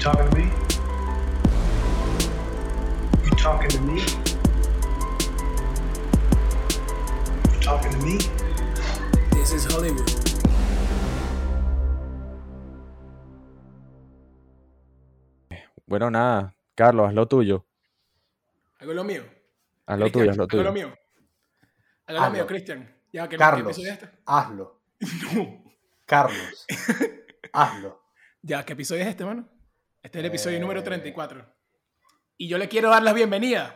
talking to me? You talking to me? You talking to me? This is Hollywood. Bueno, nada. Carlos, haz lo tuyo. Hago lo mío. Haz lo Cristian, tuyo, haz lo Hago lo tuyo. mío. Hago lo Hazlo. mío, Cristian. Ya que Carlos, que episodio es este. hazlo. No. Carlos, hazlo. Ya, ¿qué episodio es este, mano? Este es el episodio Eh. número 34. Y yo le quiero dar las bienvenidas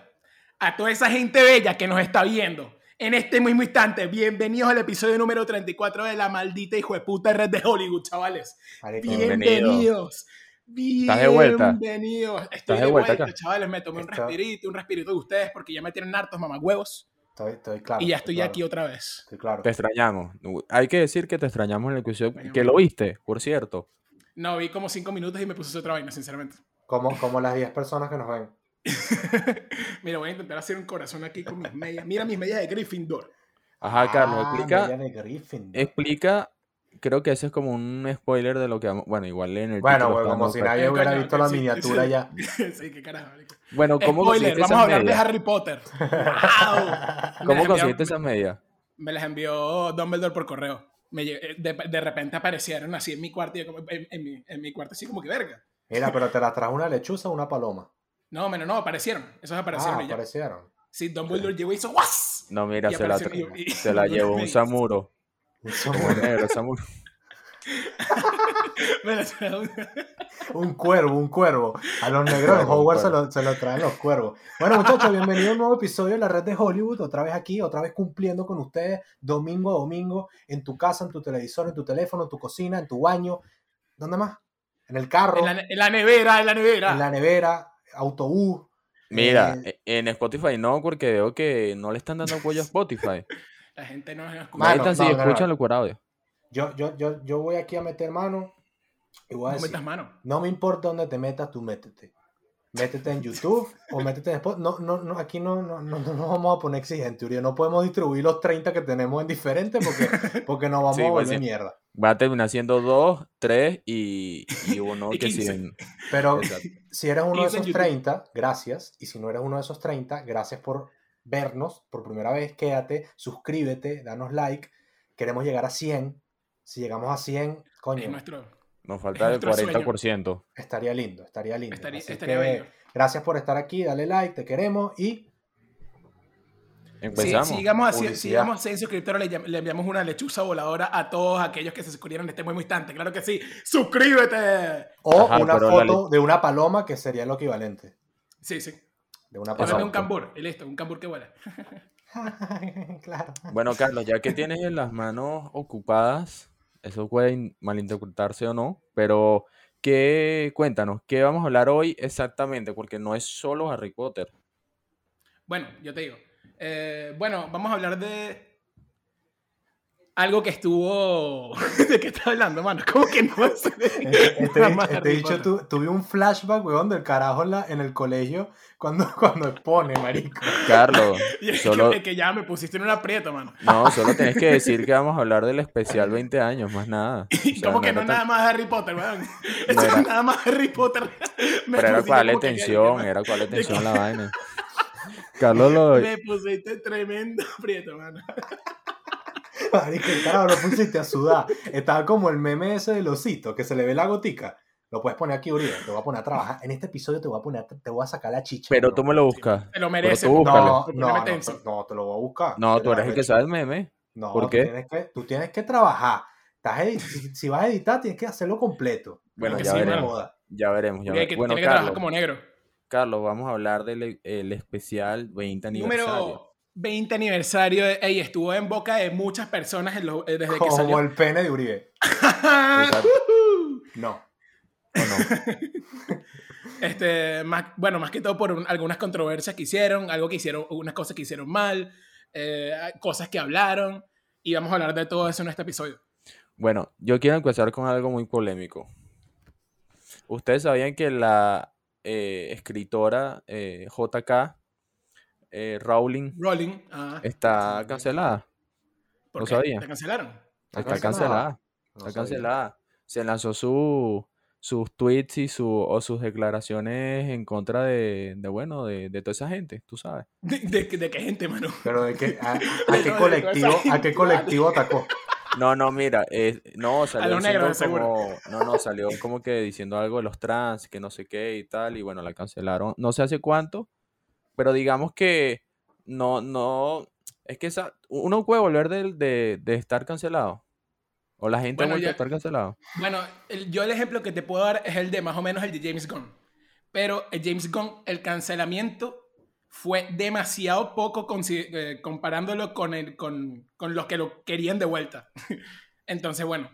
a toda esa gente bella que nos está viendo. En este mismo instante, bienvenidos al episodio número 34 de la maldita hijo de puta red de Hollywood, chavales. Marico, Bienvenidos. ¿Estás de vuelta? Bienvenidos. Estoy ¿Estás de, de vuelta vuelta, acá? chavales. Me tomé un Está- respirito, un respirito de ustedes porque ya me tienen hartos mamagüevos. Estoy, estoy claro. y ya estoy claro, aquí otra vez. Estoy claro. Te extrañamos. U- Hay que decir que te extrañamos en el episodio. Bueno. Que lo viste, por cierto. No, vi como cinco minutos y me puse a hacer otra vaina, sinceramente. Como, como las 10 personas que nos ven. Mira, voy a intentar hacer un corazón aquí con mis medias. Mira mis medias de Gryffindor. Ajá, Carlos, Ah, explica. Eh. Mariana Griffin. Explica. Creo que ese es como un spoiler de lo que vamos. Bueno, igual en el. Bueno, título estamos, güey, pues, como si pero- nadie Eh, hubiera coño, visto la sí, sí, miniatura sí. ya. sí, qué carajo. marico. Bueno, ¿cómo Spoiler, conseguiste vamos a esas hablar de medias? Harry Potter. ¡Wow! Me las ¿Cómo enviaron- conseguiste esas medias? Me las envió Dumbledore por correo. Me lle- eh, de, de repente aparecieron así en mi cuarto y yo como- en, en mi, en mi cuarto así como que verga. Mira, pero te las trajo una lechuza o una paloma. No, menos no, aparecieron. Esos aparecieron ah, y ya. aparecieron. Sí, Dumbledore llegó y hizo ¡guas! No, mira, Y se la, apareció- tra- y- y- se la y- llevó un samuro. Eso, Como el negro, samuro. Me las trajo- un cuervo, un cuervo. A los negros de Cuervo, un Hogwarts se cuervo. lo, se lo traen los cuervos. Bueno, muchachos, bienvenido a un nuevo episodio de la red de Hollywood. Otra vez aquí, otra vez cumpliendo con ustedes, domingo a domingo, en tu casa, en tu televisor, en tu teléfono, en tu cocina, en tu baño. ¿Dónde más? En el carro, en, la, en la nevera, en la nevera. en la nevera, autobús. Mira, Eh, e- en Spotify no, porque veo que no le están dando apoyo a Spotify. La gente no nos escucha. Ahí Mano, están, si no, no, no. escuchan lo audio. Yo, yo, yo, yo voy aquí a meter mano y voy a No decir, metas mano. no me importa dónde te metas, tú métete. Métete en YouTube o métete en Spotify. No, no, no, aquí no, no, no, no nos vamos a poner exigentes, Uriel. No podemos distribuir los 30 que tenemos en diferentes porque, porque nos vamos Sí, a igual volver sí. mierda. Va a terminar siendo dos, tres y, y uno Y que sí. quince. en- Pero exacto. si eres uno de Hice en esos YouTube. 30, gracias. Y si no eres uno de esos 30, gracias por vernos por primera vez. Quédate, suscríbete, danos like. Queremos llegar a 100. Si llegamos a 100, Es coño, nuestro. Nos falta el nuestro sueño. 40%. estaría lindo, estaría lindo. Estaría, Así estaría que, bello. Gracias por estar aquí, dale like, te queremos Si, y Empezamos. si llegamos a, cien- si Publicidad. llegamos a 100 suscriptores, le, llam- le enviamos una lechuza voladora a todos aquellos que se suscribieron en este mismo instante. Claro que sí. ¡Suscríbete! o Ajá, una pero dale. foto de una paloma que sería lo equivalente Sí, sí. de Póngame una Exacto. un paloma. cambur. Y listo, un cambur que vuela. claro. Bueno, Carlos, ya que tienes las manos ocupadas, eso puede in- malinterpretarse o no, pero ¿qué? cuéntanos, ¿qué vamos a hablar hoy exactamente? Porque no es solo Harry Potter. Bueno, yo te digo. Eh, bueno, vamos a hablar de. Algo que estuvo. ¿De qué estás hablando, mano? ¿Cómo que no? sé? Este, este Nada dicho- más este Harry dicho Potter. tu- tuve un flashback, weón, del carajo en, la- en el colegio cuando, cuando expone, marico. Carlos, Y es, solo, que, es que ya me pusiste en un aprieto, mano. no, solo tenés que decir que vamos a hablar del especial 20 años, más nada. O sea, como que no era es tan- nada más Harry Potter, weón. Eso No no era- es nada más Harry Potter. Me Pero era pusiste cuál como que- tensión, era cuál tensión la vaina. Carlos lo... Me pusiste tremendo aprieto, mano. Marico, el carajo lo pusiste a sudar. Estaba como el meme ese del osito, que se le ve la gotica. Lo puedes poner aquí, Uribe. Te voy a poner a trabajar. En este episodio te voy a poner, a- te voy a sacar la chicha. Pero weón. tú me lo buscas. Te lo Pero mereces. tú búscalo. No, Te no, pone no, tenso. no, te lo voy a buscar. No, Te tú la eres el que arrecho. sabe el meme. No, ¿Por tú qué? tienes que- tú tienes que trabajar. Estás edi- si, si vas a editar, tienes que hacerlo completo. Bueno, No ya te veremos. jodas. Ya veremos, ya Porque hay que- veremos. Bueno, tiene que trabajar Carlos, como negro. Carlos, vamos a hablar del el especial 20 aniversario. Número 20 aniversario. de- Ey, estuvo en boca de muchas personas en los- eh, desde que Como salió. el pene de Uribe. Exacto. No. ¿O no? Este, más, bueno, más que todo por un- algunas controversias que hicieron, algo que hicieron, unas cosas que hicieron mal, eh, cosas que hablaron, y vamos a hablar de todo eso en este episodio. Bueno, yo quiero empezar con algo muy polémico. Ustedes sabían que la eh, escritora eh, JK eh, Rowling Rolling. ah, está cancelada. ¿por Eh, no qué? sabía. La cancelaron. Está cancelada. No Está sabía. cancelada. Se lanzó su, sus tweets y su, o sus declaraciones en contra de, de bueno, de, de toda esa gente, tú sabes. ¿De, de, de qué gente, mano? Pero de qué, a, a Pero qué de colectivo, toda esa a qué colectivo atacó. No, no, mira, eh, no, salió los negros, diciendo seguro. como, no, no, salió como que diciendo algo de los trans, que no sé qué y tal, y bueno, la cancelaron, no sé hace cuánto, pero digamos que no, no, es que esa, uno puede volver del- de, de estar cancelado, o la gente Bueno, ha vuelto ya- a estar cancelado. Bueno, el- yo el ejemplo que te puedo dar es el de más o menos el de James Gunn. Pero el James Gunn, el cancelamiento fue demasiado poco consi- eh, comparándolo con, el, con, con los que lo querían de vuelta. Entonces, bueno,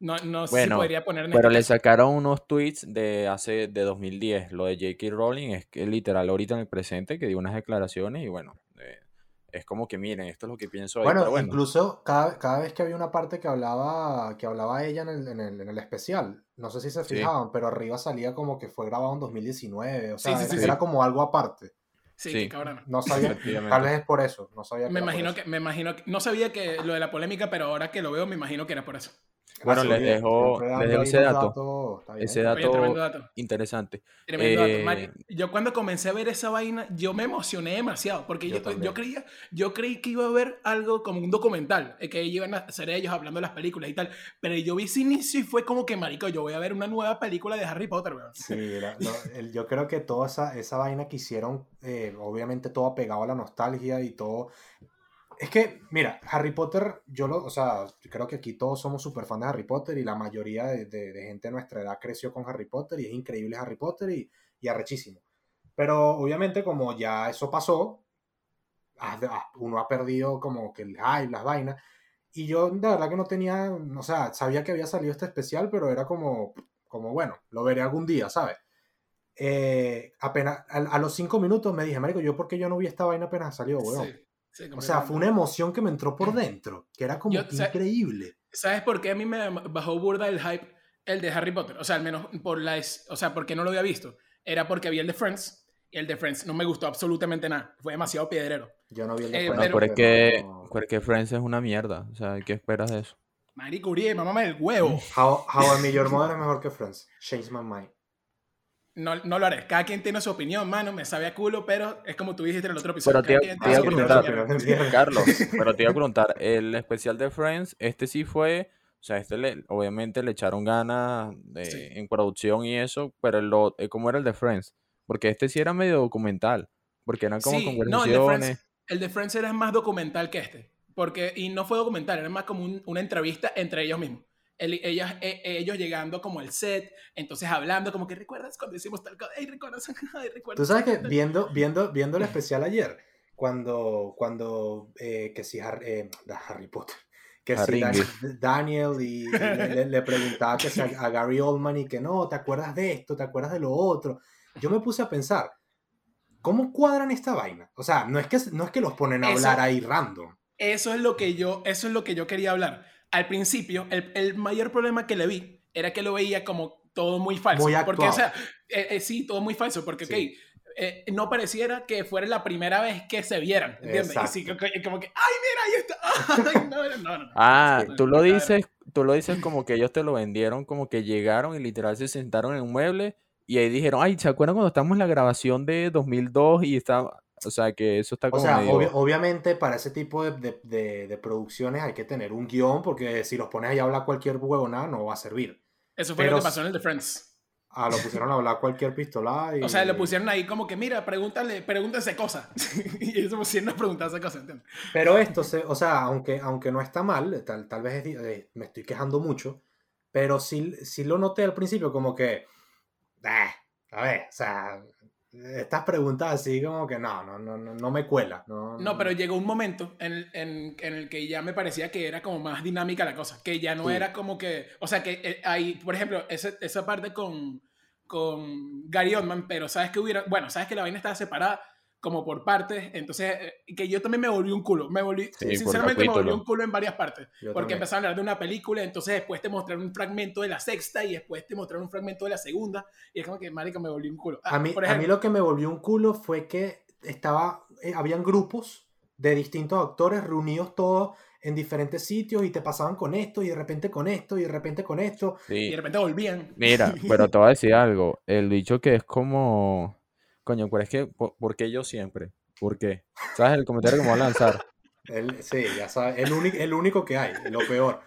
no, no sé si Bueno, podría poner en Pero este le caso. sacaron unos tweets de hace, de 2010, lo de J.K. Rowling es que literal ahorita en el presente que dio unas declaraciones y bueno, eh, es como que miren, esto es lo que pienso ahí, Bueno, pero bueno. incluso cada, cada vez que había una parte que hablaba, que hablaba ella en el, en el- en el especial, no sé si se Sí. fijaban, pero arriba salía como que fue grabado en 2019, o Sí, sea, sí, era, sí, sí. era como algo aparte. Sí, sí. qué cabrona. No sabía, Efectivamente. tal vez es por eso, no sabía. Me imagino que, me imagino que, no sabía que lo de la polémica, pero ahora que lo veo, me imagino que era por eso. Bueno, les dejo- les dejo ese dato. Ese dato. dato- Oye, tremendo dato. Interesante. Tremendo dato. Eh, Mario, yo cuando comencé a ver esa vaina, yo me emocioné demasiado, porque Yo yo, yo, también. creía, yo creí que iba a haber algo como un documental, eh, que iban a hacer ellos hablando de las películas y tal, pero yo vi ese inicio y fue como que, marico, yo voy a ver una nueva película de Harry Potter, weón. Sí, la- lo- el- yo creo que toda esa, esa vaina que hicieron, eh, obviamente todo apegado a la nostalgia y todo. Es que, mira, Harry Potter, yo lo, o sea, yo creo que aquí todos somos super fans de Harry Potter y la mayoría de, de- de gente de nuestra edad creció con Harry Potter y es increíble Harry Potter y, y arrechísimo. Pero obviamente como ya eso pasó, has- has- uno ha perdido como que el hype, las vainas. Y yo de verdad que no tenía, o sea, sabía que había salido este especial, pero era como, como bueno, lo veré algún día, ¿sabes? Eh, apenas, a, a los cinco minutos me dije, marico, yo porque yo no vi esta vaina apenas salió, weón. Sí, sí, o sea, fue completamente. una emoción que me entró por dentro, que era como Mm. Yo, que o sea, increíble. ¿Sabes por qué a mí me bajó burda el hype el de Harry Potter? O sea, al menos por la... es- O sea, porque no lo había visto. Era porque vi el de Friends y el de Friends no me gustó absolutamente nada. Fue demasiado piedrero. Yo no vi el Eh, después, No, Pero- pero es que, no- pero es que Friends es una mierda. O sea, ¿qué esperas de eso? Marico Uribe, mamame el huevo. How, How I Met Your Mother es mejor que Friends. Change my mind. No, no lo haré. Cada quien tiene su opinión, mano. Me sabe a culo, pero es como tú dijiste en el otro episodio. Pero cada te- quien te tiene iba su a opinión. preguntar, Pero no entiendo. Carlos, pero te iba a preguntar, el especial de Friends, este sí fue, o sea, este le- obviamente le echaron ganas de- Sí. en producción y eso, pero lo, eh, ¿cómo era el de Friends? Porque este sí era medio documental, porque eran como Sí, no, el de, conversaciones. Friends, el de Friends era más documental que este. Porque, y no fue documental, era más como un- una entrevista entre ellos mismos. El- ellas- e- ellos llegando como al set, entonces hablando como que recuerdas cuando hicimos tal cosa, ay, recuerdas, ay, recuerdas. Tú sabes que tal?" viendo, viendo, viendo el especial ayer, cuando, cuando eh, que si Har- eh, da- Harry Potter, que si Dan- Daniel y, y le, le- le preguntaba que si a, a Gary Oldman y que no, ¿te acuerdas de esto? ¿Te acuerdas de lo otro? Yo me puse a pensar, ¿cómo cuadran esta vaina? O sea, no es que, no es que los ponen a Eso- hablar ahí random. Eso es lo que yo, eso es lo que yo quería hablar. Al principio, el, el mayor problema que le vi era que lo veía como todo muy falso. Muy porque, o actuado. sea, eh, eh, sí, todo muy falso, porque, Sí. ok, eh, no pareciera que fuera la primera vez que se vieran, ¿entiendes? Y sí, Exacto. co- como que, ay, mira, ahí está. Ay, no, no, no, no. Ah, Sí. tú lo Claro. dices, tú lo dices como que ellos te lo vendieron, como que llegaron y literal se sentaron en un mueble y ahí dijeron, ay, ¿se acuerdan cuando estamos en la grabación de 2002 y está, o sea, que eso está O como sea, medio... obvia- obviamente para ese tipo de, de- de- de producciones hay que tener un guión, porque si los pones ahí a hablar cualquier huevonada no va a servir. Eso fue Pero lo que pasó en el de Friends. Ah, lo pusieron a hablar cualquier pistola y... O sea, lo pusieron ahí como que, mira, pregúntale, pregúntense cosas. y ellos se pusieron a preguntarse cosas, ¿entiendes? Pero esto, se, o sea, aunque, aunque no está mal, tal, tal vez es di- eh, me estoy quejando mucho, pero sí, sí lo noté al principio como que, "Ah, a ver, o sea, estas preguntas así como que no, no, no, no, no me cuela. No, No, pero llegó un momento en, el- en- en el que ya me parecía que era como más dinámica la cosa, que ya no Sí. era como que, o sea, que eh, ahí, por ejemplo, ese- esa parte con, con Gary Oldman, pero sabes que hubiera, bueno, sabes que la vaina estaba separada como por partes, entonces, eh, que yo también me volví un culo, me volví, por sinceramente me volví capítulo. un culo en varias partes, Yo porque también. empezaron a hablar de una película, entonces después te mostraron un fragmento de la sexta y después te mostraron un fragmento de la segunda, y es como que, marica, me volví un culo. Ah, A mí, por a mí ejemplo, lo que me volvió un culo fue que estaba, eh, habían grupos de distintos actores reunidos todos en diferentes sitios y te pasaban con esto y de repente con esto y de repente con esto. Y de Sí. repente volvían. Mira, pero te voy a decir algo. El dicho que es como. Coño, pero es que. ¿Por, por qué yo siempre? ¿Por qué? ¿Sabes el comentario que me voy a lanzar? El- sí, ya sabes, el, único el único que hay, lo peor.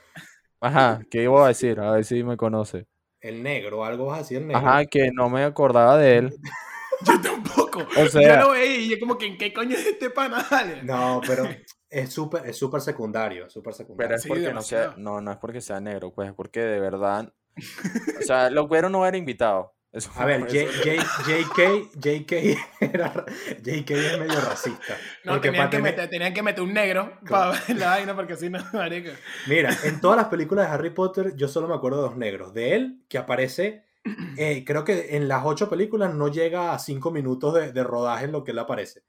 Ajá, ¿qué iba a decir? A ver si me conoce. El negro, algo vas a decir, el negro. Ajá, que no me acordaba de él. Yo tampoco. O sea- Yo lo veía y yo como que, ¿en qué coño es este pana? Dale. No, pero es súper es súper secundario, es súper Pero secundario. es Sí, porque no sea. demasiado. No, no es porque sea negro, pues es porque de verdad. O sea, los güeros no eran invitados. Eso A ver, eso- J- J- JK, JK, era, ra- JK es medio racista. No, porque tenían, para que tener- meter, tenían que meter un negro para ver la vaina porque si no, marico. Mira, en todas las películas de Harry Potter yo solo me acuerdo de dos negros. De él, que aparece, eh, creo que en las ocho películas no llega a cinco minutos de, de rodaje en lo que él aparece.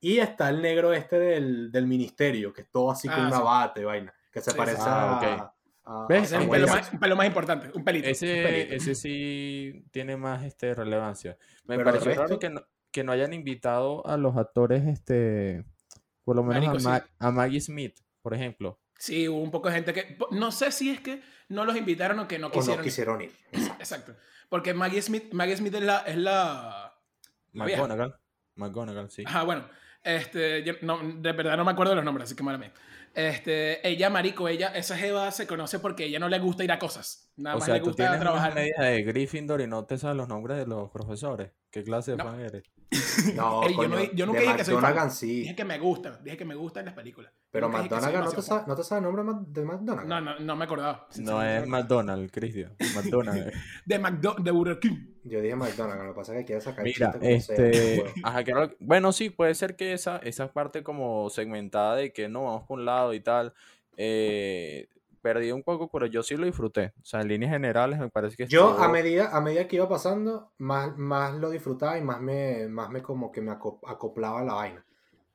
Y está el negro este del, del ministerio, que es todo así con Ah, un sí. abate, vaina, que se Sí, sí, parece sí. a... Ah, ok. a- ¿Ves? Ese a es un Samuel pelo, Jackson. más, un pelo más importante, un pelito. un pelito. Ah, Ese, ese sí tiene más este, relevancia. Me Pero el pareció raro resto- que no, que no hayan invitado a los actores, este, por lo menos Marico, sí. a, Ma- a Maggie Smith, por ejemplo. Sí, hubo un poco de gente que. No sé si es que no los invitaron o que no O quisieron. no quisieron ir. Exacto. Porque Maggie Smith, Maggie Smith es la. Es la... La vieja. McGonagall. McGonagall, sí. Ah, bueno. Este, yo no, de verdad no me acuerdo los nombres, así que malamente. Este, ella, Marico, ella, esa Jeva se conoce porque a ella no le gusta ir a cosas. Nada O más sea, le tú gusta tienes trabajar. una media de Gryffindor y no te sabes los nombres de los profesores. ¿Qué clase de No. fan eres? No, Ey, yo no coño, di- yo nunca de dije que soy fan. McDonagall sí, Dije que me gusta, dije que me gustan las películas. pero Nunca dije que soy McDonagall no te, demasiado sabe, no te sabe el nombre ma- de McDonagall. fan. No, no, no me acordaba. No sinceramente, me es acordaba. McDonald, Cristian. McDonald. De McDo de Burger King. Yo dije McDonagall, lo que pasa es que quiere sacar el Mira, chiste como sea, este, huevón. ajá, que era lo- bueno, sí, puede ser que esa, esa parte como segmentada de que no, vamos por un lado y tal, eh, perdí un poco, pero yo sí lo disfruté. O sea, en líneas generales me parece que Yo a estuvo- medida, a medida que iba pasando, más, más lo disfrutaba y más me, más me como que me aco- acoplaba a la vaina.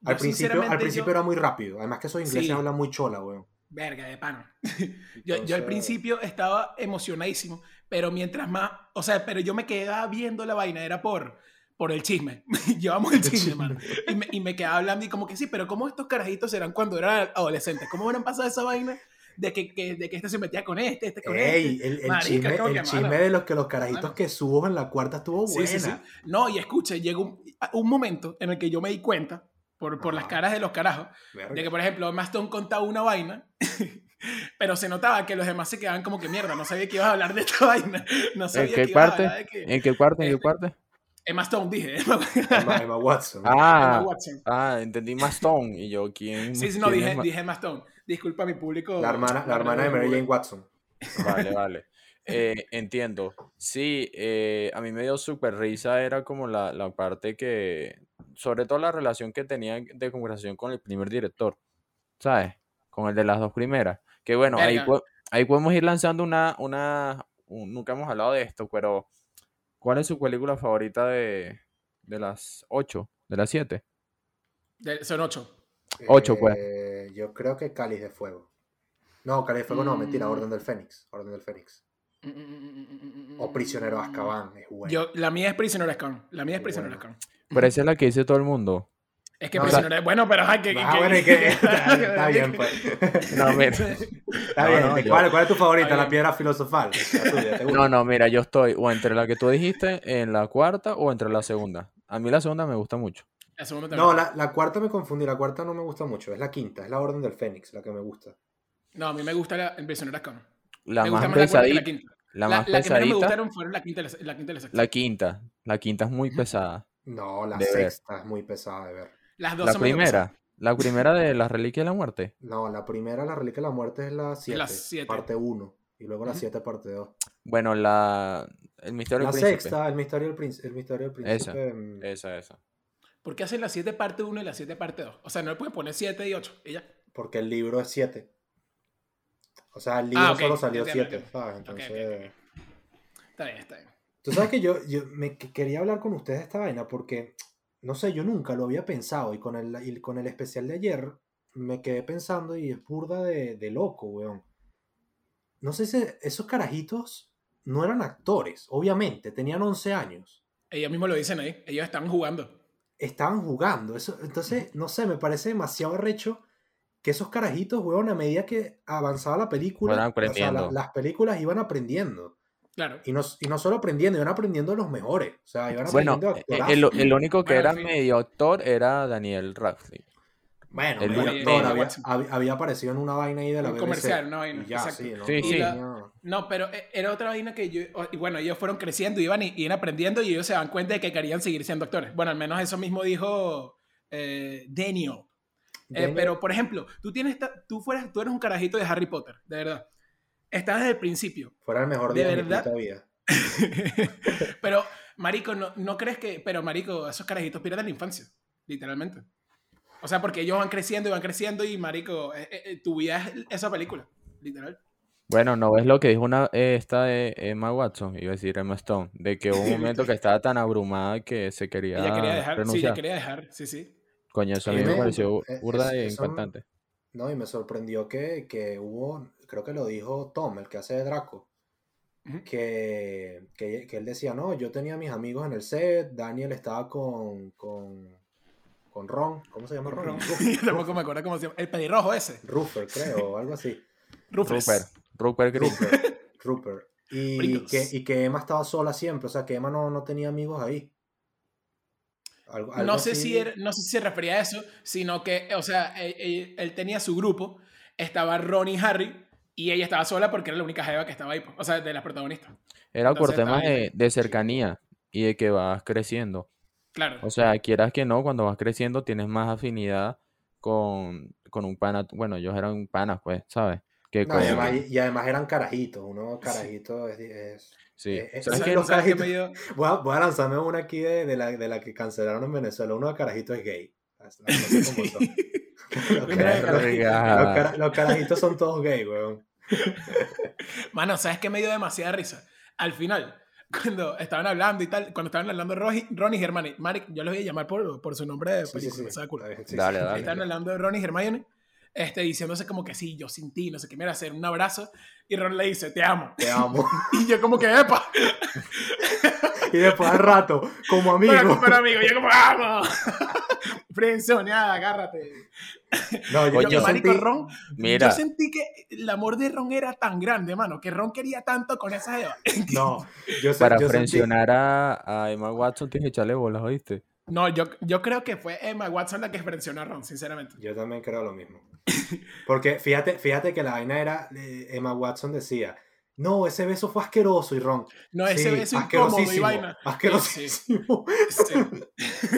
Al Yo, principio, sinceramente, al yo- principio era muy rápido. Además que esos ingleses Sí. hablan muy chola, weón. Verga, de pana. Yo, yo al Entonces- principio estaba emocionadísimo, pero mientras más, o sea, pero yo me quedaba viendo la vaina, era por, por el chisme. Llevamos el chisme, mano. Y me, y me quedaba hablando y como que sí, pero ¿cómo estos carajitos eran cuando eran adolescentes? ¿Cómo habrán pasado esa vaina de que, que- de que este se metía con este, este con Ey, este? el, el Marica, chisme, creo que el chisme mala. de los que los carajitos Mala. que subo en la cuarta estuvo Sí, buena. sí, sí. No, y escuche, llegó un, un momento en el que yo me di cuenta, por, por las Ajá. caras de los carajos, Verga. De que, por ejemplo, Maston contaba una vaina, pero se notaba que los demás se quedaban como que mierda, no sabía que ibas a hablar de esta vaina. No ¿En sabía qué que ibas a parte? hablar de Eh. que. ¿En qué parte? ¿En qué este, parte? Emma Stone, dije. Emma, Emma, Emma Watson. Ah, Watson. ah, entendí Maston y yo quién. Sí, sí, no, quién es dije, Ma- dije Emma Stone. Disculpa a mi público. la hermana, la hermana de Mary Jane Watson. Vale, vale. Eh, entiendo. Sí, eh, a mí me dio súper risa, era como la, la parte que, sobre todo la relación que tenía de conversación con el primer director, ¿sabes? Con el de las dos primeras. Que bueno, ahí, Verga. po- ahí podemos ir lanzando una, una, un- nunca hemos hablado de esto, pero ¿cuál es su película favorita de, de las ocho, de las siete? De- son ocho. Ocho, pues. Eh, yo creo que Cáliz de Fuego. No, Cáliz de Fuego no, mentira, Mm. Orden del Fénix. Orden del Fénix. mm, O Prisionero de Azkaban, es bueno. Yo, la mía es Prisionero de Azkaban. La mía es Muy Prisionero de bueno. Azkaban. Pero esa es la que dice todo el mundo. Es que No, o sea- Prisionero de- Bueno, pero ajá, que. Ah, bueno, y que- está, está bien, pues. No, mira. Está No, bien. no, ¿de yo- ¿Cuál, cuál es tu favorita? Está La bien. piedra filosofal. La tuya, ¿te gusta? No, no, mira, yo estoy o entre la que tú dijiste, en la cuarta o entre la segunda. A mí la segunda me gusta mucho. La segunda también. No, la, la cuarta me confundí, la cuarta no me gusta mucho, es la quinta, es la Orden del Fénix, la que me gusta. No, a mí me gusta la, el Prisionero de Azkaban. La me más gusta más la cuarta que la pesadita, quinta. la, La, más la que menos me pesadita, gustaron fueron la quinta y la, la quinta y la sexta. la quinta. La quinta es muy pesada. No, la De ver. sexta es muy pesada de ver. Las dos La son medio pesadas. primera, la primera de las reliquias de la muerte. No, la primera, la Reliquia de la Muerte, es la 7, siete. parte 1, y luego la Ujú. 7, parte 2. Bueno, la el misterio La del príncipe. sexta, el misterio del príncipe, el misterio del Esa, príncipe. mm, Eh. Esa, esa. ¿Por qué hacen las 7 parte 1 y las 7 parte 2? O sea, no le pueden poner 7 y 8. Ella. Porque el libro es 7. O sea, el libro Ah, ok, solo salió entiendo, 7, entiendo. ¿sabes? Ok, ok, ok, Entonces... ok. Está bien, está bien. Tú sabes que yo, yo me que- quería hablar con ustedes de esta vaina porque, no sé, yo nunca lo había pensado y con el, y con el especial de ayer me quedé pensando y es burda de, de loco, weón. No sé si esos carajitos no eran actores, obviamente, tenían 11 años, Ellos mismos lo dicen ahí. Ellos estaban jugando. estaban jugando, eso, entonces, no sé, me parece demasiado recho que esos carajitos, weón, a medida que avanzaba la película, Fueron o sea, la- aprendiendo. las películas iban aprendiendo. Claro. Y no, y no solo aprendiendo, iban aprendiendo los mejores. O sea, iban Bueno, aprendiendo eh, actorazos. el, el único que Bueno, era en fin. medio actor era Daniel Radcliffe. Bueno, el medio único- actor, eh, había, Watson. había- había aparecido en una vaina ahí de la Un BBC. comercial, una vaina, Y ya, exacto. sí, ¿no? Sí, Y sí. la- No, pero e- era otra vaina que yo. o- Y bueno, ellos fueron creciendo, iban y iban aprendiendo y ellos se dan cuenta de que querían seguir siendo actores. Bueno, al menos eso mismo dijo eh, Daniel. Eh, Daniel- pero, por ejemplo, tú, tienes ta- tú, fueras, tú eres un carajito de Harry Potter, de verdad. Estás desde el principio. Fuera el mejor ¿De día de mi verdad? puta vida. pero, Marico, no, no crees que. Pero, Marico, esos carajitos pierden la infancia, literalmente. O sea, porque ellos van creciendo y van creciendo y, Marico, eh, eh, eh, tu vida es esa película, literal. Bueno, no es lo que dijo una, eh, esta de Emma Watson, iba a decir Emma Stone, de que hubo un momento que estaba tan abrumada que se quería ella quería dejar, sí, renunciar. ella quería dejar, sí, sí. Coño, eso a Sí, mí me me- pareció eh, burda es- e son- impactante. No, y me sorprendió que, que hubo, creo que lo dijo Tom, el que hace de Draco, Ujú. que, que, que él decía, no, yo tenía a mis amigos en el set, Daniel estaba con, con, con Ron, ¿cómo se llama Ron? Ron. Ruf- Yo tampoco me acuerdo cómo se llama. El pelirrojo ese. Ruffer, creo, o algo así. Rufus. Rupert, Rupert Grint. Rupert. Rupert. Y Pringles. que, y que Emma estaba sola siempre, o sea, que Emma no, no tenía amigos ahí. Algo- algo No sé, si así. era- no sé si se refería a eso, sino que, o sea, él, él- él tenía su grupo, estaba Ron y Harry, y ella estaba sola porque era la única jeva que estaba ahí, pues, o sea, de las protagonistas. Era por Entonces, temas también- de, de cercanía y de que vas creciendo. Claro. O sea, quieras que no, cuando vas creciendo tienes más afinidad con, con un pana. Bueno, ellos eran panas, pues, ¿sabes? Que No, con- y, además, y además eran carajitos, uno carajito es... es- sí. eh, eh, ¿Sabes o sea, qué? los ¿Sabes qué carajitos- me dio? Voy a, voy a lanzarme una aquí de, de la, de la que cancelaron en Venezuela. Uno de carajitos es gay. Las- las cosas como son. Los, Mira, carajitos- verga. los cara- los carajitos son todos gay, weón. Mano, ¿sabes qué me dio demasiada risa? Al final, cuando estaban hablando y tal, cuando estaban hablando Ron y, Ron y Hermione, Maric, yo los voy a llamar por, por su nombre de Sí, sí, película, sí. me sabe culo. Está bien, sí, Dale, sí. dale. Estaban hablando de Ron y Hermione, este, diciéndose como que sí, yo sin ti, no sé qué, me era hacer un abrazo, y Ron le dice, te amo. Te amo. Y yo como que, epa. Y después al rato, como amigo. Pero, pero, amigo, yo como, vamos. Friendzoneada, agárrate. No, Oye, yo, yo marico, sentí- Ron, Mira, yo sentí que el amor de Ron era tan grande, mano, que Ron quería tanto con esa jeva. No, yo, se- para yo sentí- frencionar a, a Emma Watson tienes que echarle bolas, ¿oíste? No, yo, yo creo que fue Emma Watson la que frencionó a Ron, sinceramente. Yo también creo lo mismo. Porque fíjate, fíjate que la vaina era, eh, Emma Watson decía, no, ese beso fue asqueroso y Ron. No, ese "Sí, beso incómodo y asquerosísimo, vaina. Asquerosísimo. Sí.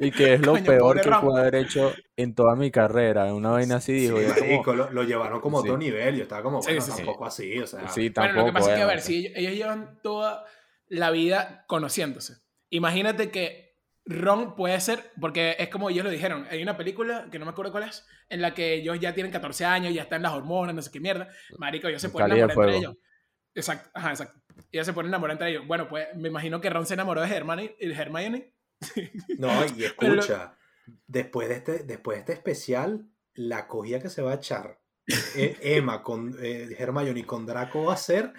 Y que es lo Coño, peor pobre que Ron. pude haber hecho en toda mi carrera. Una vaina así, Sí, digo. yo como, marico, lo, lo llevaron como a Sí. otro nivel. Yo estaba como, Sí, bueno, sí, sí. tampoco así, o sea. sí, Bueno, tampoco. lo que pasa es que, a bueno, ver, si ellos, ellos llevan toda la vida conociéndose. Imagínate que Ron puede ser, porque es como ellos lo dijeron, hay una película, que no me acuerdo cuál es, en la que ellos ya tienen 14 años, ya están las hormonas, no sé qué mierda. Marico, ellos se pueden Calidad de enamorar entre fuego. ellos. Exacto, ajá, exacto. Ellos se pueden enamorar entre ellos. Bueno, pues me imagino que Ron se enamoró de Hermione, de Hermione. No, y Pero lo- escucha, después, de este, después de este especial, la cogida que se va a echar eh, Emma con eh, Hermione y con Draco va a ser.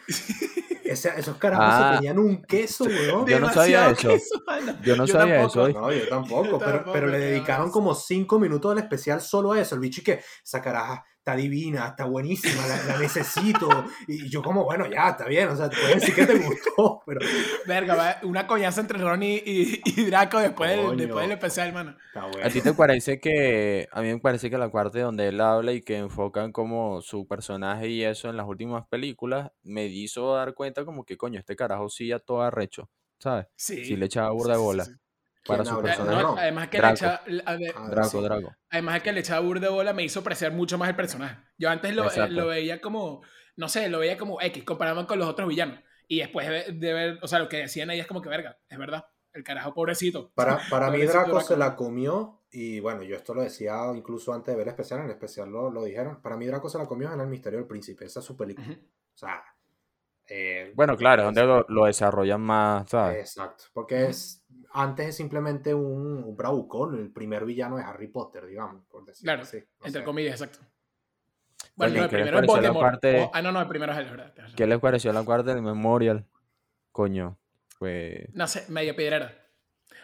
ese- esos carajos Ah. se tenían un queso, weón. Yo no sabía Demasiado eso. queso, mano. Yo no sabía tampoco. eso. No, yo Yo tampoco, pero, tampoco, pero le qué dedicaron abrazo. como cinco minutos al especial solo a eso. El bicho y que esa caraja está divina, está buenísima, la, la necesito. Y yo como, bueno, ya, está bien, o sea, te puedes decir que te gustó, pero Verga, va, una coñaza entre Ron y, y- y Draco después del, Coño. después del especial, mano. está bueno. ¿A ti te parece que, a mí me parece que la parte donde él habla y que enfocan como su personaje y eso en las últimas películas, me hizo dar cuenta como que coño, este carajo sí a todo arrecho, ¿sabes? Sí. Sí le echaba Sí, burda de sí, sí, bola sí. para ¿Quién su habla? Eh, personaje. no, Ron. además que Draco. le echaba, a ver, Ah, Draco, sí. Draco. además de que le echaba burda de bola me hizo apreciar mucho más el personaje. Yo antes lo, eh, Exacto. lo veía como, no sé, lo veía como X, comparaban con los otros villanos. Y después de, de ver, o sea, lo que decían ahí es como que verga, es verdad. El carajo pobrecito. Para, para mí Pobrecito Draco Draco. se la comió y bueno, yo esto lo decía incluso antes de ver el especial, en el especial lo, lo dijeron, para mí Draco se la comió en El Misterio del Príncipe, esa es su película. Ujú. O sea, eh, Bueno, claro, es donde lo, lo desarrollan más, ¿sabes? Exacto, porque es, antes es simplemente un, un bravucón, el primer villano de Harry Potter, digamos, por decirlo Claro, así. no Entre sé. comillas, exacto. Bueno, Coño, no, el ¿qué les primero es pareció la Voldemort. parte- O- ah, no, no, el primero es él, es verdad. tienes razón. ¿Qué les pareció la cuarta de Memorial? Coño, pues No sé, medio piedrera.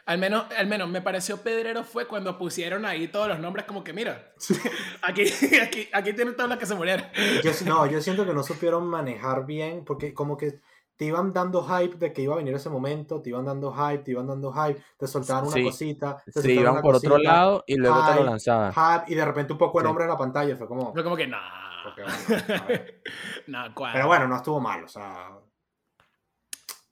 Al menos, al menos me pareció pedrero fue cuando pusieron ahí todos los nombres como que, mira, aquí, aquí, aquí tienen todos los que se murieron. Yo si- no, yo siento que no supieron manejar bien, porque como que te iban dando hype de que iba a venir ese momento, te iban dando hype, te iban dando hype, te soltaban una Sí. cosita, te Se soltaban iban una por otro cosita, lado y luego te Ay, lo lanzaban. hype, y de repente un poco de Sí. nombre en la pantalla, fue como... Fue como que, no, ok, bueno, a ver. no, cuadra. Pero bueno, no estuvo mal, o sea...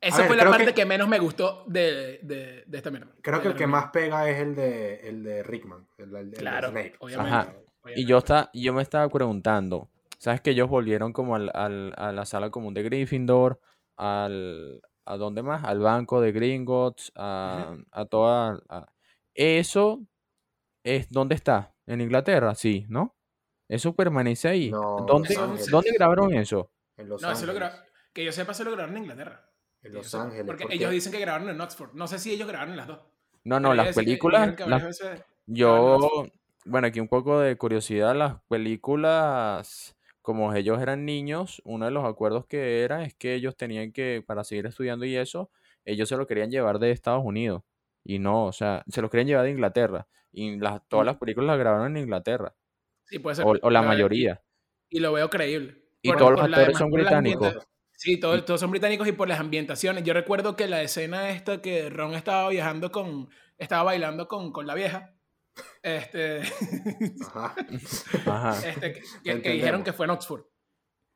Esa a ver, fue la creo parte que... que- menos me gustó de, de, de esta mierda. Creo que De el la que reunión. más pega es el de, el de Rickman, el, el- el Claro, de Snape. o sea, obviamente. Ajá. Oye, Y yo, está, yo me estaba preguntando, ¿sabes que ellos volvieron como al, al- a la sala común de Gryffindor, al, a dónde más? Al banco de Gringotts, a, a toda... a- Eso es, ¿dónde está? ¿En Inglaterra? Sí, ¿no? Eso permanece ahí. No, ¿Dónde, Los Ángeles. ¿Dónde grabaron eso? En Los No, eso lo Ángeles. gra- Que yo sepa, se lo grabaron en Inglaterra. En Que yo Los sepa. Ángeles. Porque, porque- ellos dicen que grabaron en Oxford. No sé si ellos grabaron en las dos. No, Pero no, ellos las eh, dicen que- películas... dijeron que las- varias veces- Yo, no, bueno, aquí un poco de curiosidad, las películas, como ellos eran niños, uno de los acuerdos que era es que ellos tenían que, para seguir estudiando y eso, ellos se lo querían llevar de Estados Unidos. Y no, o sea, se los querían llevar de Inglaterra. Y las, todas las películas las grabaron en Inglaterra, Sí, puede ser. o, o la Lo- mayoría. Y lo veo creíble. Y Por- todos los por la actores demás- son por las británicos. ambienta- Sí, todo- Y- todos son británicos y por las ambientaciones. Yo recuerdo que la escena esta que Ron estaba viajando con. Estaba bailando con, con la vieja. Este. Ajá. Ajá. este, que, que- que Entendemos. dijeron que fue en Oxford.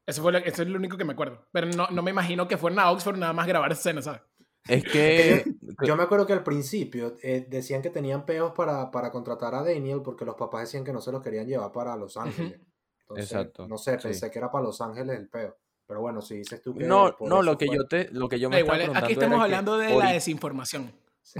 Eso, fue lo- eso es lo único que me acuerdo. Pero no, no me imagino que fueron a Oxford nada más grabar escenas, ¿sabes? Es que, Yo me acuerdo que al principio eh, decían que tenían peos para, para contratar a Daniel porque los papás decían que no se los querían llevar para Los Ángeles. Entonces, Exacto, No sé, sí. pensé que era para Los Ángeles el peo. Pero bueno, si dices tú que. no, por no, eso lo que fue- yo te, lo que yo me Da estaba igual, aquí preguntando era estamos que hablando de la ahorita- desinformación. Sí.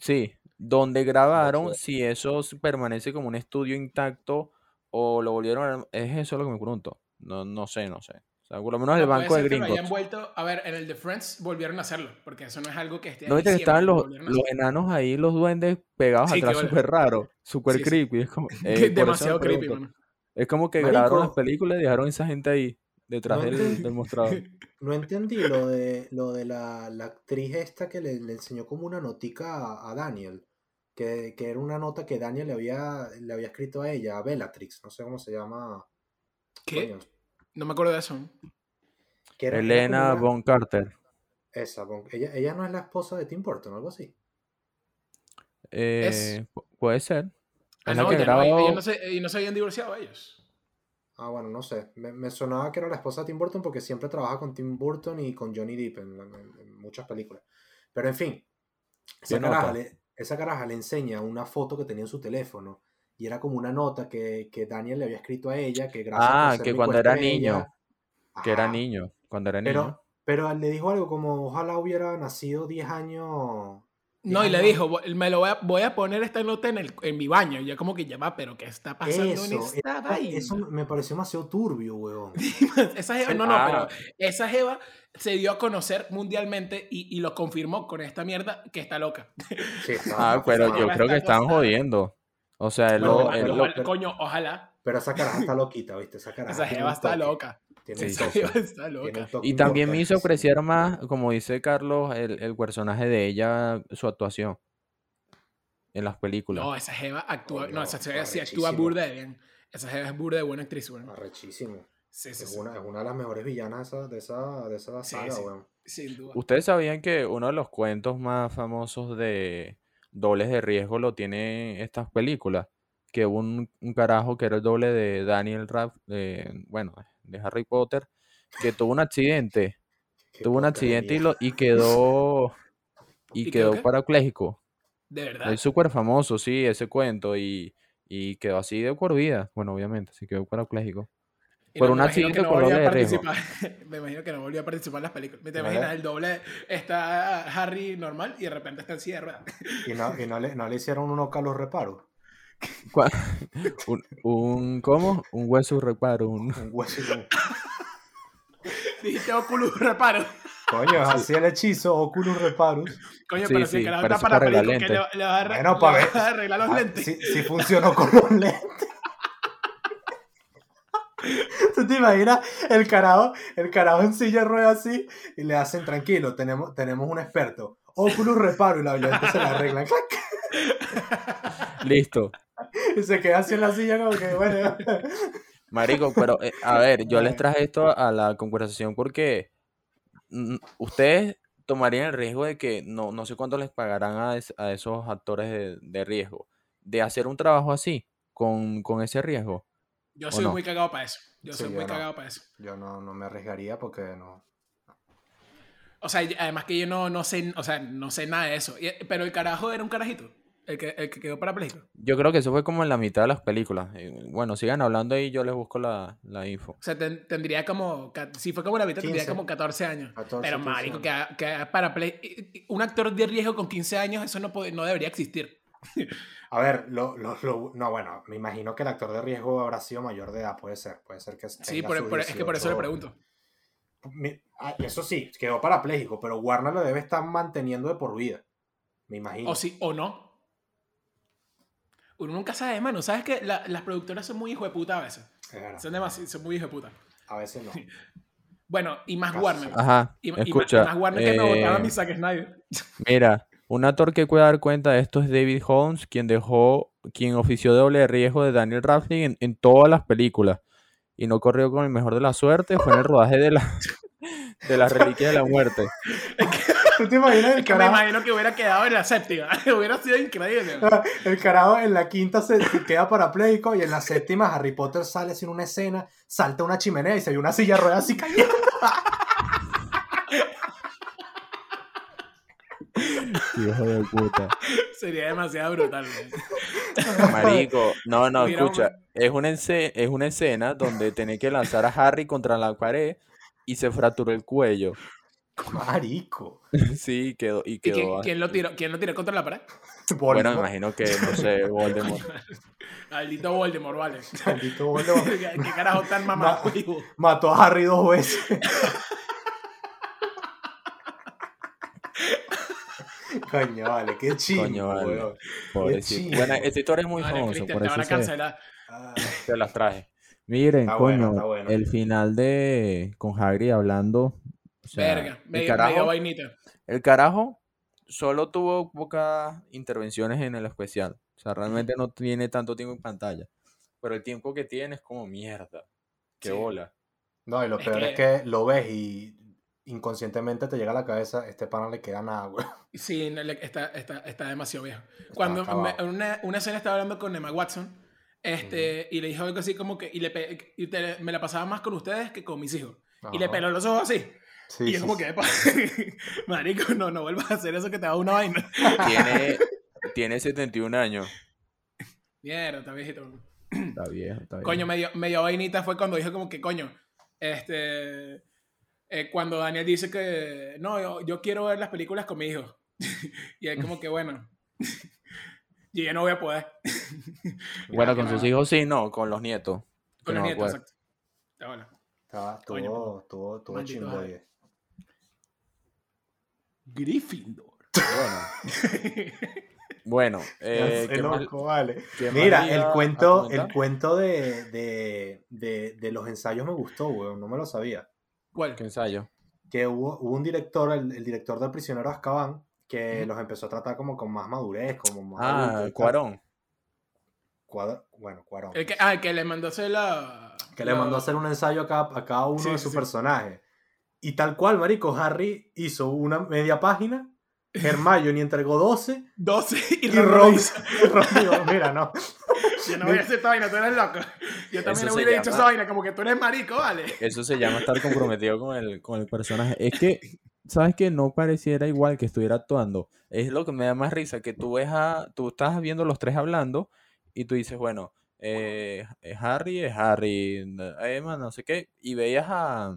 Sí, donde grabaron, fue. si eso s- permanece como un estudio intacto o lo volvieron a... Es eso lo que me pregunto. No, no sé, no sé. O sea, por lo menos el No, puede banco de ser que lo hayan Gringotts. vuelto. A ver, en el de Friends volvieron a hacerlo, porque eso no es algo que esté. ¿No ahí viste que estaban siempre, los, volvieron a los enanos ahí, los duendes pegados Sí, qué atrás, bola. súper raro, súper Sí, sí. creepy? Es como, hacerlo. eh, por eso me Demasiado creepy, pregunto. mano. Es como que Marico. grabaron las películas y dejaron esa gente ahí, detrás No del, entendí. del mostrador. No entendí lo de, lo de la, la actriz esta que le, le enseñó como una notica a, a Daniel. Que, que era una nota que Daniel le había, le había escrito a ella, a Bellatrix, no sé cómo se llama. ¿Qué? coño. No me acuerdo de eso. Que era- era como Elena una- Von Carter. Esa, con- ella, ella no es la esposa de Tim Burton, algo así. Eh, pu- Puede ser. Ah, Es la no, que ya no, ellos grabó- no se, y no se habían divorciado ellos. Ah, bueno, no sé. Me, me sonaba que era la esposa de Tim Burton porque siempre trabaja con Tim Burton y con Johnny Depp en, en- en muchas películas. Pero en fin, esa ¿Qué caraja, nota? le, esa caraja le enseña una foto que tenía en su teléfono y era como una nota que, que Daniel le había escrito a ella, que gracias Ah, por ser que mi cuando era coestrella. niño, Que era Ajá. niño, cuando era niño. Pero, pero le dijo algo como, ojalá hubiera nacido 10 años... No, y le Ajá. dijo, "Vo- me lo voy a, voy a poner esta nota en, el, en mi baño. Y yo como que ya va, pero ¿qué está pasando en Eso, esta vaina? Ah, Eso me pareció demasiado turbio, weón. esa jeva, no, no, Ah. pero esa jeva se dio a conocer mundialmente y, y lo confirmó con esta mierda que está loca. Sí, estaba- Ah, pero estaba- yo Ahora creo está que están acostada. jodiendo. O sea, él Bueno, lo- no, ojalá- él pero- lo- ojalá- coño, ojalá. Pero esa caraja está loquita, ¿viste? Esa caraja. Esa tiene jeva un está toque, loca. tiene un Sí, sí, Esa toque, jeva está tiene loca. un toque, y un también toque, me hizo sí. apreciar más, como dice Carlos, el, el personaje de ella, su actuación en las películas. No, esa jeva actúa, Coño, no, esa jeva sí actúa arrechísimo. burda de bien. Esa jeva es burda de buena actriz, weón. Arrechísimo. Sí, sí, Es sí, una, es una Ah, de las mejores villanas esa- de esa, de esa Sí, saga, sí. weón. sin duda. Ustedes sabían que uno de los cuentos más famosos de dobles de riesgo lo tiene estas películas. Que hubo un, un carajo que era el doble de Daniel Rad, de- bueno, de Harry Potter, que tuvo un accidente. Qué tuvo un poca de accidente y, mierda. lo, y quedó, y ¿Y quedó qué? quedó parapléjico. De verdad. Es súper famoso, sí, ese cuento. Y, y quedó así de por vida. Bueno, obviamente, se quedó parapléjico. Y por no, un me imagino que accidente no con volvió a doble de riesgo. participar. Me imagino que no volvió a participar en las películas. ¿Me te Vale. imaginas el doble? Está Harry normal y de repente está en silla de ruedas. Y, no, y no le, no le hicieron unos calos reparos. Cua- un, un- ¿cómo? Un hueso reparo. un- Un hueso. un- Dijiste Oculus reparo. Coño, es así el hechizo, Oculus reparus. Coño, Sí, pero si sí, el carajo pero está eso es para parapléjico, arreglar que le, va- le va a arre- Bueno, le pa' va ver. a arreglar los Ah, lentes. Sí, sí funcionó con los lentes. ¿Tú te imaginas el carajo, el carajo en silla de ruedas así y le hacen tranquilo, tenemos, tenemos un experto, Oculus reparo y la violenta se la arreglan. Listo. Y se queda así en la silla como que, bueno. Marico, pero eh, a ver, yo les traje esto a la conversación porque mm, ustedes tomarían el riesgo de que no, no sé cuánto les pagarán a, es- a esos actores de, de riesgo, de hacer un trabajo así, con, con ese riesgo. Yo ¿O soy no? muy cagado para eso. Yo Sí, soy yo muy no. cagado para eso. Yo no, no me arriesgaría porque no. O sea, y- además que yo no, no sé, o sea, no sé nada de eso. Y- pero el carajo era un carajito. El que, el que quedó parapléjico. Yo creo que eso fue como en la mitad de las películas. Eh, Bueno, sigan hablando y yo les busco la, la info. O sea, ten- tendría como. ca- Si fue como la mitad, tendría 15. como 14 años. 14, Pero 15 marico, años. que, ha- que ha paraple- y- y- un actor de riesgo con 15 años, eso no, puede- no debería existir. A ver, lo, lo, lo- no, bueno, me imagino que el actor de riesgo habrá sido mayor de edad, puede ser, puede ser que Sí, tenga por- e, sus por- es que por eso le 18. pregunto. Mi- ah, Eso sí, quedó parapléjico, pero Warner lo debe estar manteniendo de por vida. Me imagino. O sí, o no. Uno nunca sabe, mano. Sabes que la- las productoras son muy hijo de puta a veces. Es verdad. Son demasiado, son muy hijo de puta. A veces no. Bueno, y más Casi Warner. siempre. Ajá, Y, y más- Ah, escucha. más Warner que me eh, botaban mi Zack Snyder. Mira, un actor que puede dar cuenta de esto es David Holmes, quien dejó, quien ofició doble de riesgo de Daniel Radcliffe en, en todas las películas. Y no corrió con el mejor de la suerte, fue en el rodaje de la de las reliquias de la muerte. ¿Tú te imaginas el Es que me carajo, imagino que hubiera quedado en la séptima. hubiera sido increíble. el carajo en la quinta se, se queda parapléjico y en la séptima Harry Potter sale sin una escena, salta una chimenea y se ve una silla de ruedas así cayendo? Hijo de puta. Sería demasiado brutal. güey. Marico, no, no, Hubiera un- escucha. Es una, ence- es una escena donde tenés que lanzar a Harry contra la pared y se fracturó el cuello. Marico. Sí, quedó, y ¿Y quedó. quién, a- quién lo tiró, quién lo tiró contra la pared? Bueno, me Voldemort. imagino que, no sé, Voldemort. Maldito Voldemort, vale. Maldito Voldemort. ¿Qué qué carajo tan mamá? Mató a Harry dos veces. Coño, vale, qué chingo. Coño, vale. weón. Pobrecito. chido. Bueno, esta historia es muy Vale, famosa, Cristian, por te eso van a se, cancelar. Ah, se las traje. Miren, Está bueno, coño, está bueno. el final de con Hagrid hablando. o sea, Verga, el, medio, medio carajo, vainita. el carajo solo tuvo pocas intervenciones en el especial. O sea, realmente no tiene tanto tiempo en pantalla. Pero el tiempo que tiene es como mierda. Qué Sí. bola. No, y lo Es peor es que- que lo ves y inconscientemente te llega a la cabeza, este pana no le queda nada, güey. Sí, no, le- está, está, está demasiado viejo. Cuando me- acabado. en una, una escena estaba hablando con Emma Watson este, y le dijo algo así como que y le pe- y te- me la pasaba más con ustedes que con mis hijos. Y le Ajá. peló los ojos así. Sí, y yo sí, como sí. que, "Epa, marico, no, no vuelvas a hacer eso que te da una vaina. Tiene, tiene 71 años. Mierda, está viejito. Está viejo, está Coño, viejo. medio, medio vainita fue cuando dijo como que, coño, este, eh, cuando Daniel dice que, no, yo, yo quiero ver las películas con mi hijo. y él como que, bueno, yo ya no voy a poder. Bueno, con sus hijos sí, no, con los nietos. Con los No, nietos, pues. exacto. Está bueno. Estaba, Coño, tuvo, tuvo, tuvo maldito chimbo, Harry. oye. Gryffindor. Bueno, bueno eh, Ya sé, ¿qué más- loco, vale. qué Ah, más Mira, iba el a cuento, comentar? el cuento de, de, de, de los ensayos me gustó, güey. No me lo sabía. ¿Cuál? ¿Qué ensayo? que hubo, hubo un director, el, el director del prisionero Azkaban, que Ujú. los empezó a tratar como con más madurez, como más... adultos y Ah, tal. Cuarón. Cuadro- bueno, Cuarón. El que, ah, el que le mandó hacer la... Que le la- mandó a hacer un ensayo a cada, a cada uno Sí, de sí, sus sí. personajes. Y tal cual, marico, Harry hizo una media página, Hermione entregó 12 12 y, y Ron lo Ron, hizo. y Ron dijo, mira, no. Yo no voy a hacer esta vaina, tú eres loco. Yo Eso también le se hubiera dicho llama- esa vaina, como que tú eres marico, vale. Eso se llama estar comprometido con el, con el personaje. Es que, ¿sabes que No pareciera igual que estuviera actuando. Es lo que me da más risa, que tú ves a, tú estás viendo los tres hablando y tú dices, bueno, eh, eh, Harry es Harry, n- Emma, no sé qué, y veías a,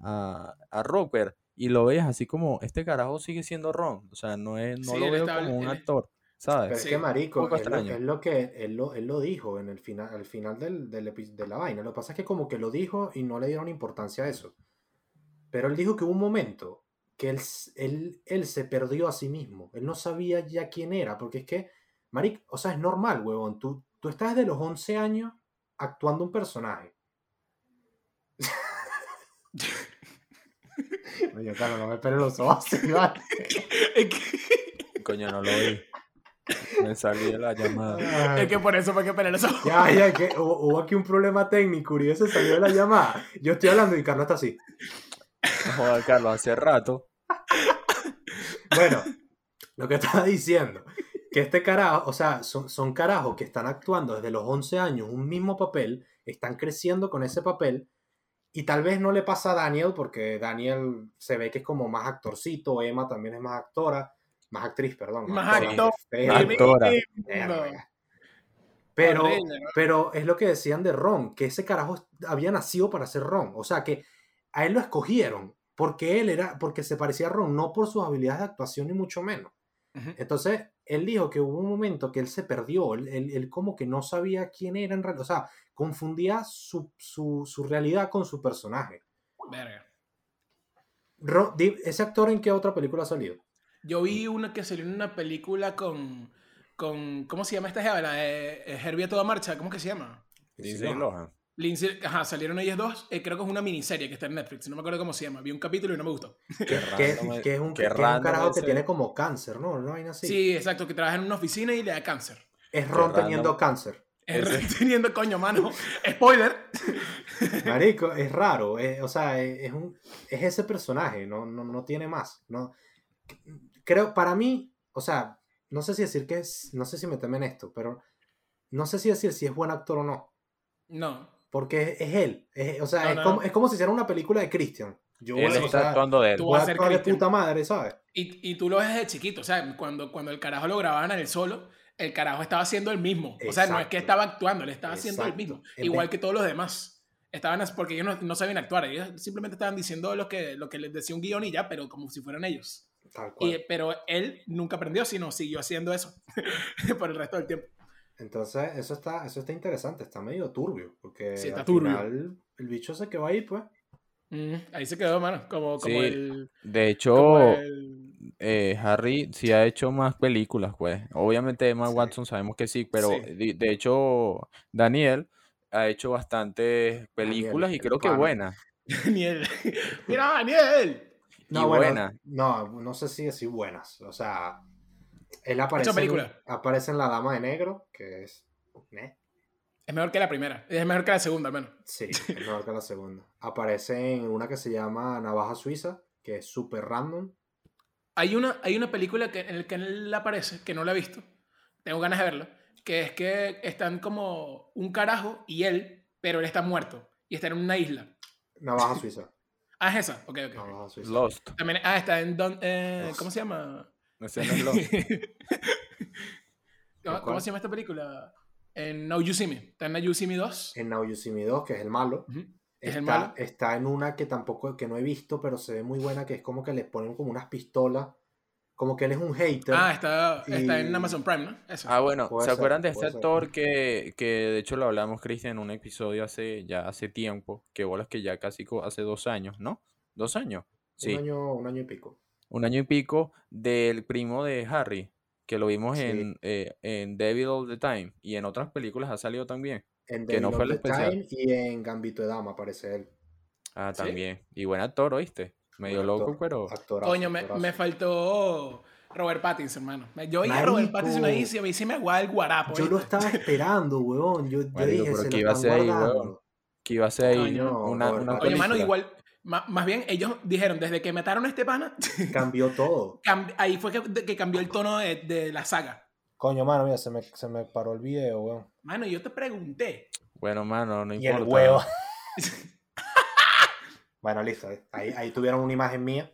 a, a Roper y lo veías así como, este carajo sigue siendo Ron. O sea, no, es, no Sí, lo él veo está- como un él- actor, Pero ¿sabes? es Sí, que, un marico, poco es lo, extraño. es lo que él lo, él lo dijo en el final, al final del, del epi- de la vaina. Lo que pasa es que como que lo dijo y no le dieron importancia a eso. Pero él dijo que hubo un momento que él, s- él, él se perdió a sí mismo. Él no sabía ya quién era, porque es que, marico, o sea, es normal, huevón. Tú, tú estás desde los 11 años actuando un personaje. Oye, claro, no me esperes los ojos, así, ¿vale? Es que, Coño, no lo oí. Me salí de la llamada. Ay. es que por eso fue que peleé los ojos. Ya, ya, que hubo, hubo aquí un problema técnico, Uribe se salió de la llamada. Yo estoy hablando y Carlos está así. No jodas, Carlos, hace rato. Bueno, lo que estaba diciendo, que este carajo, o sea, son, son carajos que están actuando desde los 11 años un mismo papel, están creciendo con ese papel, y tal vez no le pasa a Daniel, porque Daniel se ve que es como más actorcito, Emma también es más actora, más actriz, perdón. Más actor. Pero, Más actora. pero, Horrible, ¿no? pero es lo que decían de Ron, que ese carajo había nacido para ser Ron. O sea, que a él lo escogieron porque él era, porque se parecía a Ron, no por sus habilidades de actuación ni mucho menos. Ujú. Entonces, él dijo que hubo un momento que él se perdió, él, él- él como que no sabía quién era en realidad, o sea, confundía su, su- su realidad con su personaje. Verga. Ron- di- ¿Ese actor en qué otra película ha salido? Yo vi una que salió en una película con. con ¿Cómo se llama esta jeva? La de eh, Herbie a toda marcha. ¿Cómo que se llama? Lindsay Lohan. Lohan. Lindsay, ajá, salieron ellas dos. eh, creo que es una miniserie que está en Netflix. No me acuerdo cómo se llama. Vi un capítulo y no me gustó. Qué que, random es- que es un, qué que es un random carajo que ese- tiene como cáncer, ¿no? Una vaina así. Sí. exacto, que trabaja en una oficina y le da cáncer. es Ron random. teniendo cáncer. Es teniendo coño, mano. Spoiler. Marico, es raro, es- o sea, e, es, es un, es ese personaje, no, no, no tiene más. No, creo, para mí, o sea, no sé si decir que es, no sé si meterme en esto, pero no sé si decir si es buen actor o no, No. porque es, es él, es- o sea, No, es, no. Como, es como si hiciera una película de Christian. Yo voy Él a- o está sea, actuando de él. tú- voy a Va a ser actuar de Christian. puta madre, ¿sabes? Y, y tú lo ves desde chiquito. O sea, cuando, cuando el carajo lo grababan en el solo, el carajo estaba haciendo el mismo. O sea, no es Exacto. que estaba actuando, le estaba haciendo el Exacto. mismo. En Igual vez- que todos los demás. Estaban as- porque ellos no, no sabían actuar. Ellos simplemente estaban diciendo lo que, lo que les decía un guión y ya, pero como si fueran ellos. Tal cual. Y, pero él nunca aprendió, sino siguió haciendo eso por el resto del tiempo. Entonces, eso está, eso está interesante, está medio turbio, porque Sí, está al turbio. final el bicho se quedó ahí, pues. Mm, ahí se quedó, mano. Como, como Sí. el. De Oh. como hecho, el- eh, Harry sí ha hecho más películas, pues. Obviamente Emma Sí. Watson sabemos que sí, pero Sí. di- de hecho Daniel ha hecho bastantes películas y el creo que pana. buenas. Daniel. Mira, Daniel. y bueno, buenas. No, no sé si decir buenas. O sea, él aparece, Mucha película. En, aparece en La Dama de Negro, que es. ¿eh? Es mejor que la primera. Es mejor que la segunda, hermano. Sí, es mejor que la segunda. Aparece en una que se llama Navaja Suiza, que es súper random. Hay una, hay una película que, en la que él aparece, que no la he visto, tengo ganas de verla, que es que están como un carajo y él, pero él está muerto y está en una isla. Navaja Suiza. Ah, es esa. Ok, ok. ok. Navaja Suiza. Lost. También, ah, está en... Don, eh, Uf. ¿Cómo se llama? Ese no es Lost. ¿Cómo, cómo se llama esta película? En Now You See Me. Está en Now You See Me 2. En Naoyusimi 2, que es el malo. Ujú. ¿Es Está, el malo? está en una que tampoco que no he visto, pero se ve muy buena, que es como que les ponen como unas pistolas. Como que él es un hater. Ah, está, está Y- en Amazon Prime, ¿no? Eso. Ah, bueno, Puede ¿se ser, acuerdan de este puede ser. actor que, que de hecho lo hablamos, Cristian, en un episodio hace ya hace tiempo, que bolas que ya casi co- hace dos años, ¿no? ¿Dos años? Sí, un, año, un año y pico. un año y pico del primo de Harry, que lo vimos Sí. en, eh, en Devil All the Time y en otras películas ha salido también. En Que no Devil fue All el the especial. Time y en Gambito de Dama aparece él. Ah, ¿Sí? también. Y buen actor, ¿oíste? Medio Buen loco, actor, pero actorazo, Coño, me, actorazo. me faltó Robert Pattinson, hermano. Me- Yo oía a Robert Marico. Pattinson ahí y a mí se me aguaba el guarapo. Yo lo ¿viste? estaba esperando, huevón. Yo, yo Marico, dije, pero se lo ¿qué iba a están hacer ahí, guardando. huevón? que iba a ser ahí Coño, una, Robert una Pattinson. Oye, mano, película. igual, ma- más bien ellos dijeron, desde que mataron a este pana, Cambió todo. cam- ahí fue que, de- que cambió el tono de, de la saga. Coño, mano, mira, se me, se me paró el video, huevón. Mano, yo te pregunté. Bueno, mano, no Y el importa. huevo. bueno, listo. Ahí, ahí tuvieron una imagen mía.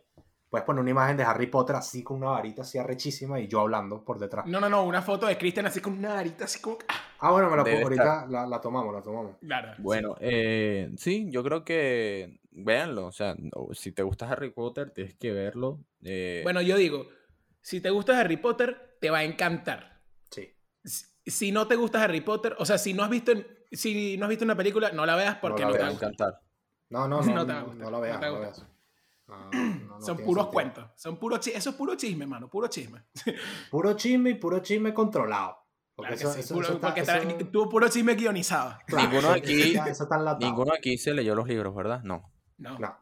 Puedes poner una imagen de Harry Potter así con una varita así arrechísima y yo hablando por detrás. No, no, no, una foto de Christian así con una varita así como... ah, Ah, bueno, me la Debe pongo ahorita. La, la tomamos, la tomamos. Claro. Bueno, eh, sí, yo creo que véanlo. O sea, no- si te gusta Harry Potter, tienes que verlo. eh, Bueno, yo digo, si te gusta Harry Potter, te va a encantar. Sí. Si, si no te gusta Harry Potter, o sea, si no has visto, si no has visto una película, no la veas porque la no, te te va va a a gustar. encantar. No, no, no. No No, te va a no, gustar, lo no veas. te va a no lo gustar. veas. No, no, no son tiene puros sentido. cuentos. Son puro chi- eso es puro chisme, mano. Puro chisme. Puro chisme y puro chisme controlado. Porque Claro que sí, eso, eso- puro- eso está- porque está- eso- tú puro chisme guionizado. Claro, Ninguno eso- aquí- Eso está, eso está enlatado. Ninguno aquí se leyó los libros, ¿verdad? No. No. No.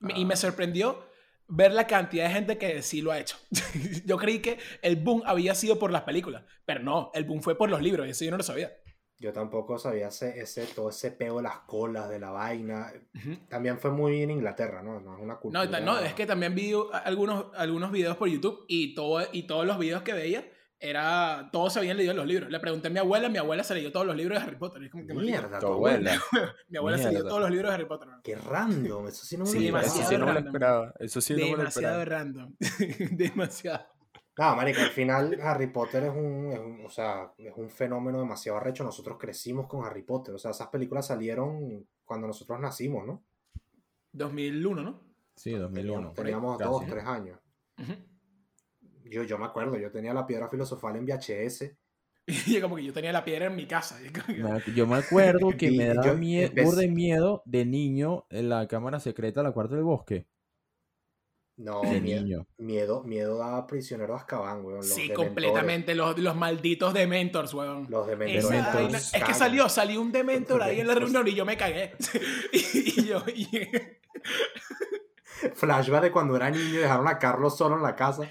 Me- Y me sorprendió ver la cantidad de gente que sí lo ha hecho. yo creí que el boom había sido por las películas, pero no, el boom fue por los libros, eso yo no lo sabía. Yo tampoco sabía ese, ese, todo ese peo de las colas, de la vaina. Ujú. También fue muy en Inglaterra, ¿no? No es una No, cultura. y ta- no, es que también vi a- algunos, algunos videos por YouTube y, todo, y todos los videos que veía, era, todos se habían leído los libros. Le pregunté a mi abuela, mi abuela se leyó todos los libros de Harry Potter. y es como que, marica, Mierda, Tu tu abuela. abuela. mi abuela se leyó mierda. todos los libros de Harry Potter. Qué random. Eso sí no me Sí, lo Sí, esperaba. eso demasiado sí no me lo random. esperaba. Eso sí no me lo Demasiado esperaba. random. Demasiado. No, marica, al final Harry Potter es un, es un- o sea, es un fenómeno demasiado arrecho. Nosotros crecimos con Harry Potter. O sea, esas películas salieron cuando nosotros nacimos, ¿no? 2001, ¿no? Sí, 2001. por ahí, Teníamos casi. dos, tres años. Ujú. Yo, yo me acuerdo, yo tenía la piedra filosofal en VHS. Y como que yo tenía la piedra en mi casa. y es como que- Me ac- Yo me acuerdo que Vi- me daba yo mie- empecé- burda de miedo de niño en la cámara secreta, la cuarta del bosque. No, De mie- niño. miedo, miedo daba prisionero a Azkaban, weón. los Sí, dementores. completamente. Los, los malditos Dementors, weón. Los dementores. Esa Dementors. vaina- es que salió, salió un Dementor ahí en la Dementors. reunión y yo me cagué. y, y yo, y- Flashback de cuando era niño y dejaron a Carlos solo en la casa.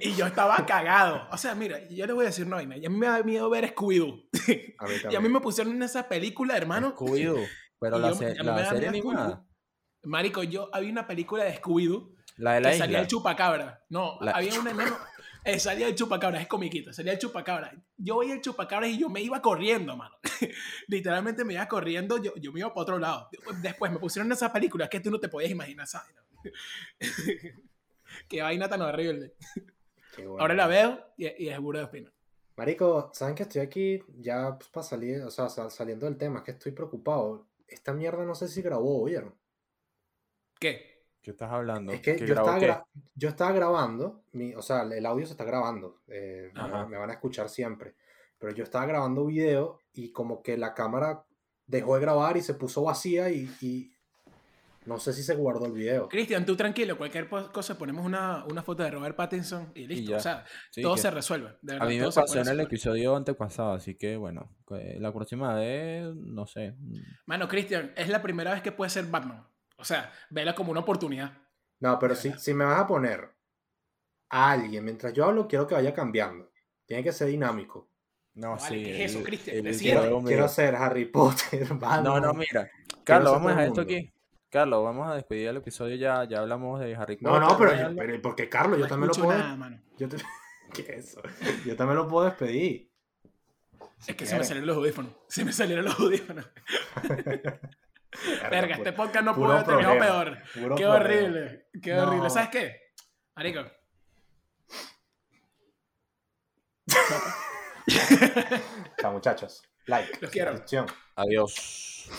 y yo estaba cagado. O sea, mira, yo les voy a decir una vaina. Y a mí me da miedo ver Scooby-Doo. A mí Y a también. mí me pusieron en esa película, hermano. Scooby-Doo. Pero Y la, yo- se- a mí la me da serie miedo animada. Scooby-Doo. Marico, yo había una película de Scooby-Doo La de la que salía isla. el chupacabra. No, La- había un enano. eh, salía el chupacabra, es comiquito. Salía el chupacabra. Yo veía el chupacabra y yo me iba corriendo, mano. Literalmente me iba corriendo, yo, yo me iba para otro lado. Después me pusieron esas películas que tú no te podías imaginar, ¿sabes? Qué vaina tan horrible. Qué bueno. Ahora la veo y, y es burro de espina. Marico, ¿saben que estoy aquí ya pues, para salir, o sea, sal- saliendo del tema? Es que estoy preocupado. Esta mierda no sé si grabó, ¿oyeron? ¿Qué? ¿Qué estás hablando? Es que ¿Qué yo grabó estaba, qué? gra- yo estaba grabando, mi, o sea, el audio se está grabando, eh, me, van a- Ajá. me van a escuchar siempre, pero yo estaba grabando video y como que la cámara dejó de grabar y se puso vacía y, y no sé si se guardó el video. Cristian, tú tranquilo, cualquier po- cosa ponemos una, una foto de Robert Pattinson y listo. ya. o sea, Sí, todo que- se resuelve. de A verdad, mí me todo se puede pasó en el resolver. episodio antepasado, así que bueno, eh, la próxima vez, no sé. Mano, Cristian, es la primera vez que puede ser Batman. O sea, vela como una oportunidad. No, pero si, si me vas a poner a alguien mientras yo hablo, quiero que vaya cambiando. Tiene que ser dinámico. No, Vale, sí, ¿qué es eso, el- Cristian? el- el Decídelo. juego Quiero, me- quiero ser Harry Potter, No, Batman. no, mira. Carlos, ser vamos a todo el dejar esto mundo. aquí. Carlos, vamos a despedir el episodio ya, ya hablamos de Harry No, no, Potter, pero, ya yo- hablamos- pero porque Carlos, yo No también lo escucho puedo. nada, mano. Yo te- ¿Qué es eso? Yo también lo puedo despedir. es que se me quieres. salieron los audífonos. Se me salieron los audífonos. Verga, este podcast no puro pudo haber terminado problema, peor. puro Qué problema. horrible. Qué No. horrible. ¿Sabes qué? Marico. Chao, muchachos. Like. Los quiero. suscripción. Adiós.